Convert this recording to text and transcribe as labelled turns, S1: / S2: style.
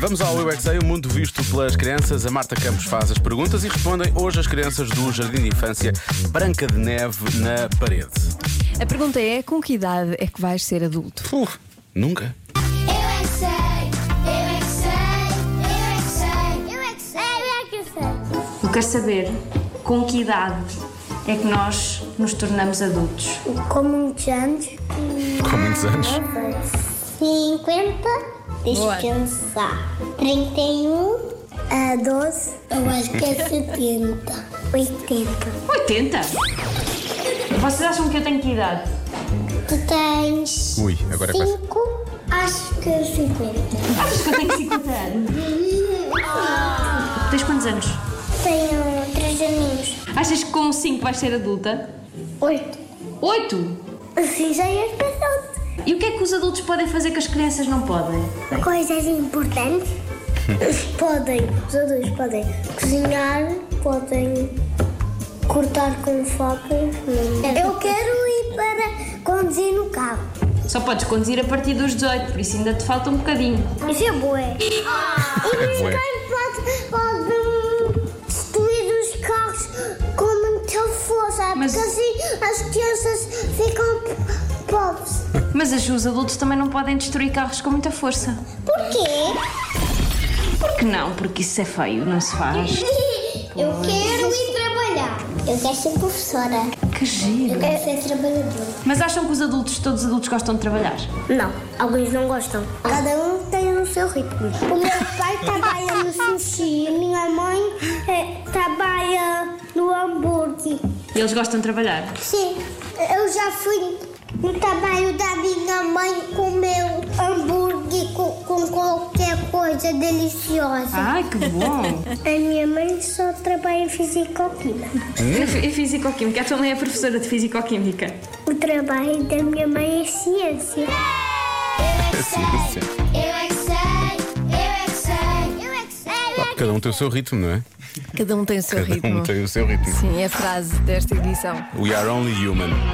S1: Vamos ao Eu é Que Sei, o mundo visto pelas crianças. A Marta Campos faz as perguntas e respondem hoje as crianças do Jardim de Infância Branca de Neve na Parede.
S2: A pergunta é: com que idade é que vais ser adulto?
S1: Puh, nunca.
S3: Eu é que sei, eu é que sei, eu é que sei, eu é que sei, eu é que sei, eu é que sei.
S4: Eu quero saber com que idade é que nós nos tornamos adultos.
S3: Com muitos anos?
S1: Com muitos anos.
S3: 50. Deixa eu pensar. 31. A 12. é, Eu acho que é 70. 80.
S4: 80? Vocês acham que eu tenho que idade?
S3: Tu tens.
S1: Ui, agora é começa.
S3: 5. Acho que é 50.
S4: Achas que eu tenho 50 anos? Tens quantos anos?
S3: Tenho 3 aninhos.
S4: Achas que com 5 vais ser adulta?
S3: 8.
S4: 8?
S3: Assim já ias pensando.
S4: E o que é que os adultos podem fazer que as crianças não podem?
S3: Coisas importantes. podem, os adultos podem cozinhar, podem cortar com faca. Eu quero ir para conduzir no carro.
S4: Só podes conduzir a partir dos 18, por isso ainda te falta um bocadinho.
S3: Isso é bué. E
S1: bué.
S3: ninguém pode, pode destruir os carros com muita força,
S4: Mas-
S3: porque assim as crianças ficam pobres.
S4: Mas as- os adultos também não podem destruir carros com muita força.
S3: Porquê?
S4: Por que não? Porque isso é feio, não se faz.
S3: Eu quero ir trabalhar. Eu quero ser professora.
S4: Que giro.
S3: quero ser trabalhadora.
S4: Mas acham que os adultos, todos os adultos gostam de trabalhar?
S3: Não, alguns não gostam. Cada um tem o seu ritmo. O meu pai trabalha no sushi, a minha mãe eh, trabalha no hambúrguer.
S4: E eles gostam de trabalhar?
S3: Sim, eu já fui no trabalho da minha mãe comer hambúrguer com, com qualquer coisa deliciosa.
S4: Ai, que bom!
S3: A minha mãe só trabalha em fisicoquímica.
S4: É físico-química, a tua mãe é professora de físico-química.
S3: O trabalho da minha mãe é ciência.
S1: Ciência.
S3: Eu é que sei, eu é que sei, eu é que sei, eu é que
S1: Cada um tem o seu ritmo, não é?
S2: Cada um tem o seu
S1: Cada
S2: ritmo.
S1: um tem o seu ritmo.
S2: Sim, é a frase desta edição.
S1: We are only human.